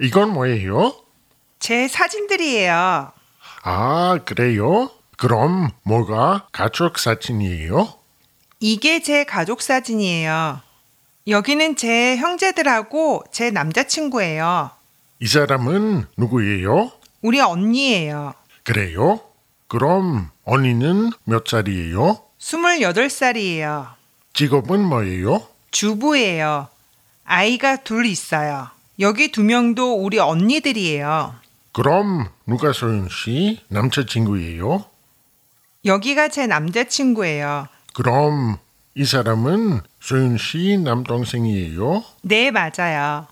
이건 뭐예요? 제 사진들이에요. 아, 그래요? 그럼 뭐가 가족 사진이에요? 이게 제 가족 사진이에요. 여기는 제 형제들하고 제 남자친구예요. 이 사람은 누구예요? 우리 언니예요. 그래요? 그럼 언니는 몇 살이에요? 28살이에요. 직업은 뭐예요? 주부예요. 아이가 둘 있어요. 여기 두 명도 우리 언니들이에요. 그럼 누가 소윤 씨 남자친구예요? 여기가 제 남자친구예요. 그럼 이 사람은 소윤 씨 남동생이에요? 네, 맞아요.